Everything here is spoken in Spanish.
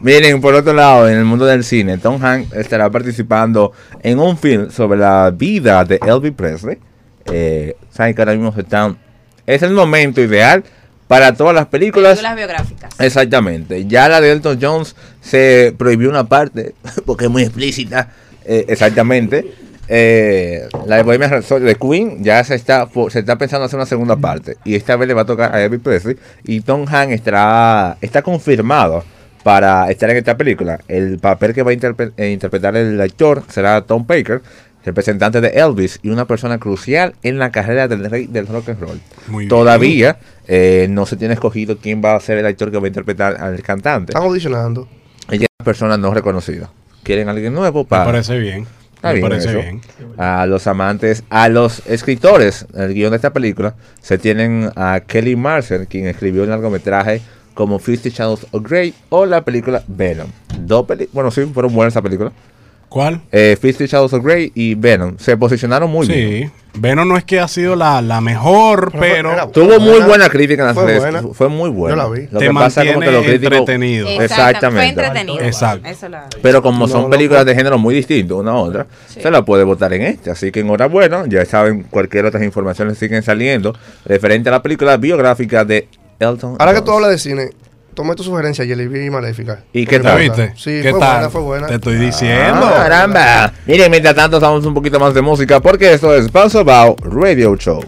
Miren, por otro lado, en el mundo del cine, Tom Hanks estará participando en un film sobre la vida de Elvis Presley. Eh, Saben que ahora mismo se están. Es el momento ideal para todas las películas. Películas biográficas. Exactamente. Ya la de Elton Jones se prohibió una parte, porque es muy explícita. Eh, exactamente. Eh, la de Bohemian Rhapsody de Queen ya se está, se está pensando hacer una segunda parte. Y esta vez le va a tocar a Elvis Presley. Y Tom Hanks estará, está confirmado para estar en esta película. El papel que va a interpre- eh, interpretar el actor será Tom Baker, representante de Elvis y una persona crucial en la carrera del rey del rock and roll. Muy bien. Todavía eh, no se tiene escogido quién va a ser el actor que va a interpretar al cantante. Están audicionando. Ella es persona no reconocida. ¿Quieren a alguien nuevo Me para parece bien. Está Me bien parece eso. bien. a los amantes, a los escritores? El guión de esta película se tienen a Kelly Marcel, quien escribió el largometraje como Fifty Shadows of Grey o la película Venom. Dos peli- bueno, sí, fueron buenas esa película. ¿Cuál? Eh, Fifty Shadows of Grey y Venom se posicionaron muy bien. Sí. Venom no es que ha sido la, la mejor, Pero fue- pero era- Tuvo muy Buena. buena crítica en las Fue redes. buena. Fue muy buena. Yo la vi. Lo te que pasa es mantiene como que los críticos- entretenido. Eh, Exacto, Fue Exactamente. entretenido. Exacto. Eso la- Pero como No, son no, películas no. de género muy distintos una a otra, Sí. se la puede votar en esta. Así que enhorabuena, ya saben, cualquier otras informaciones siguen saliendo referente a la película biográfica de Elton. Ahora que John. tú hablas de cine, tomé tu sugerencia, Jelly Bean y Maléfica. ¿Y qué Me ¿La tal? gusta. viste? Sí, ¿Qué fue tal? buena, fue buena. Te estoy Ah, diciendo. ¡Caramba! Miren, mientras tanto, estamos un poquito más de música porque esto es Paso Bao Radio Show.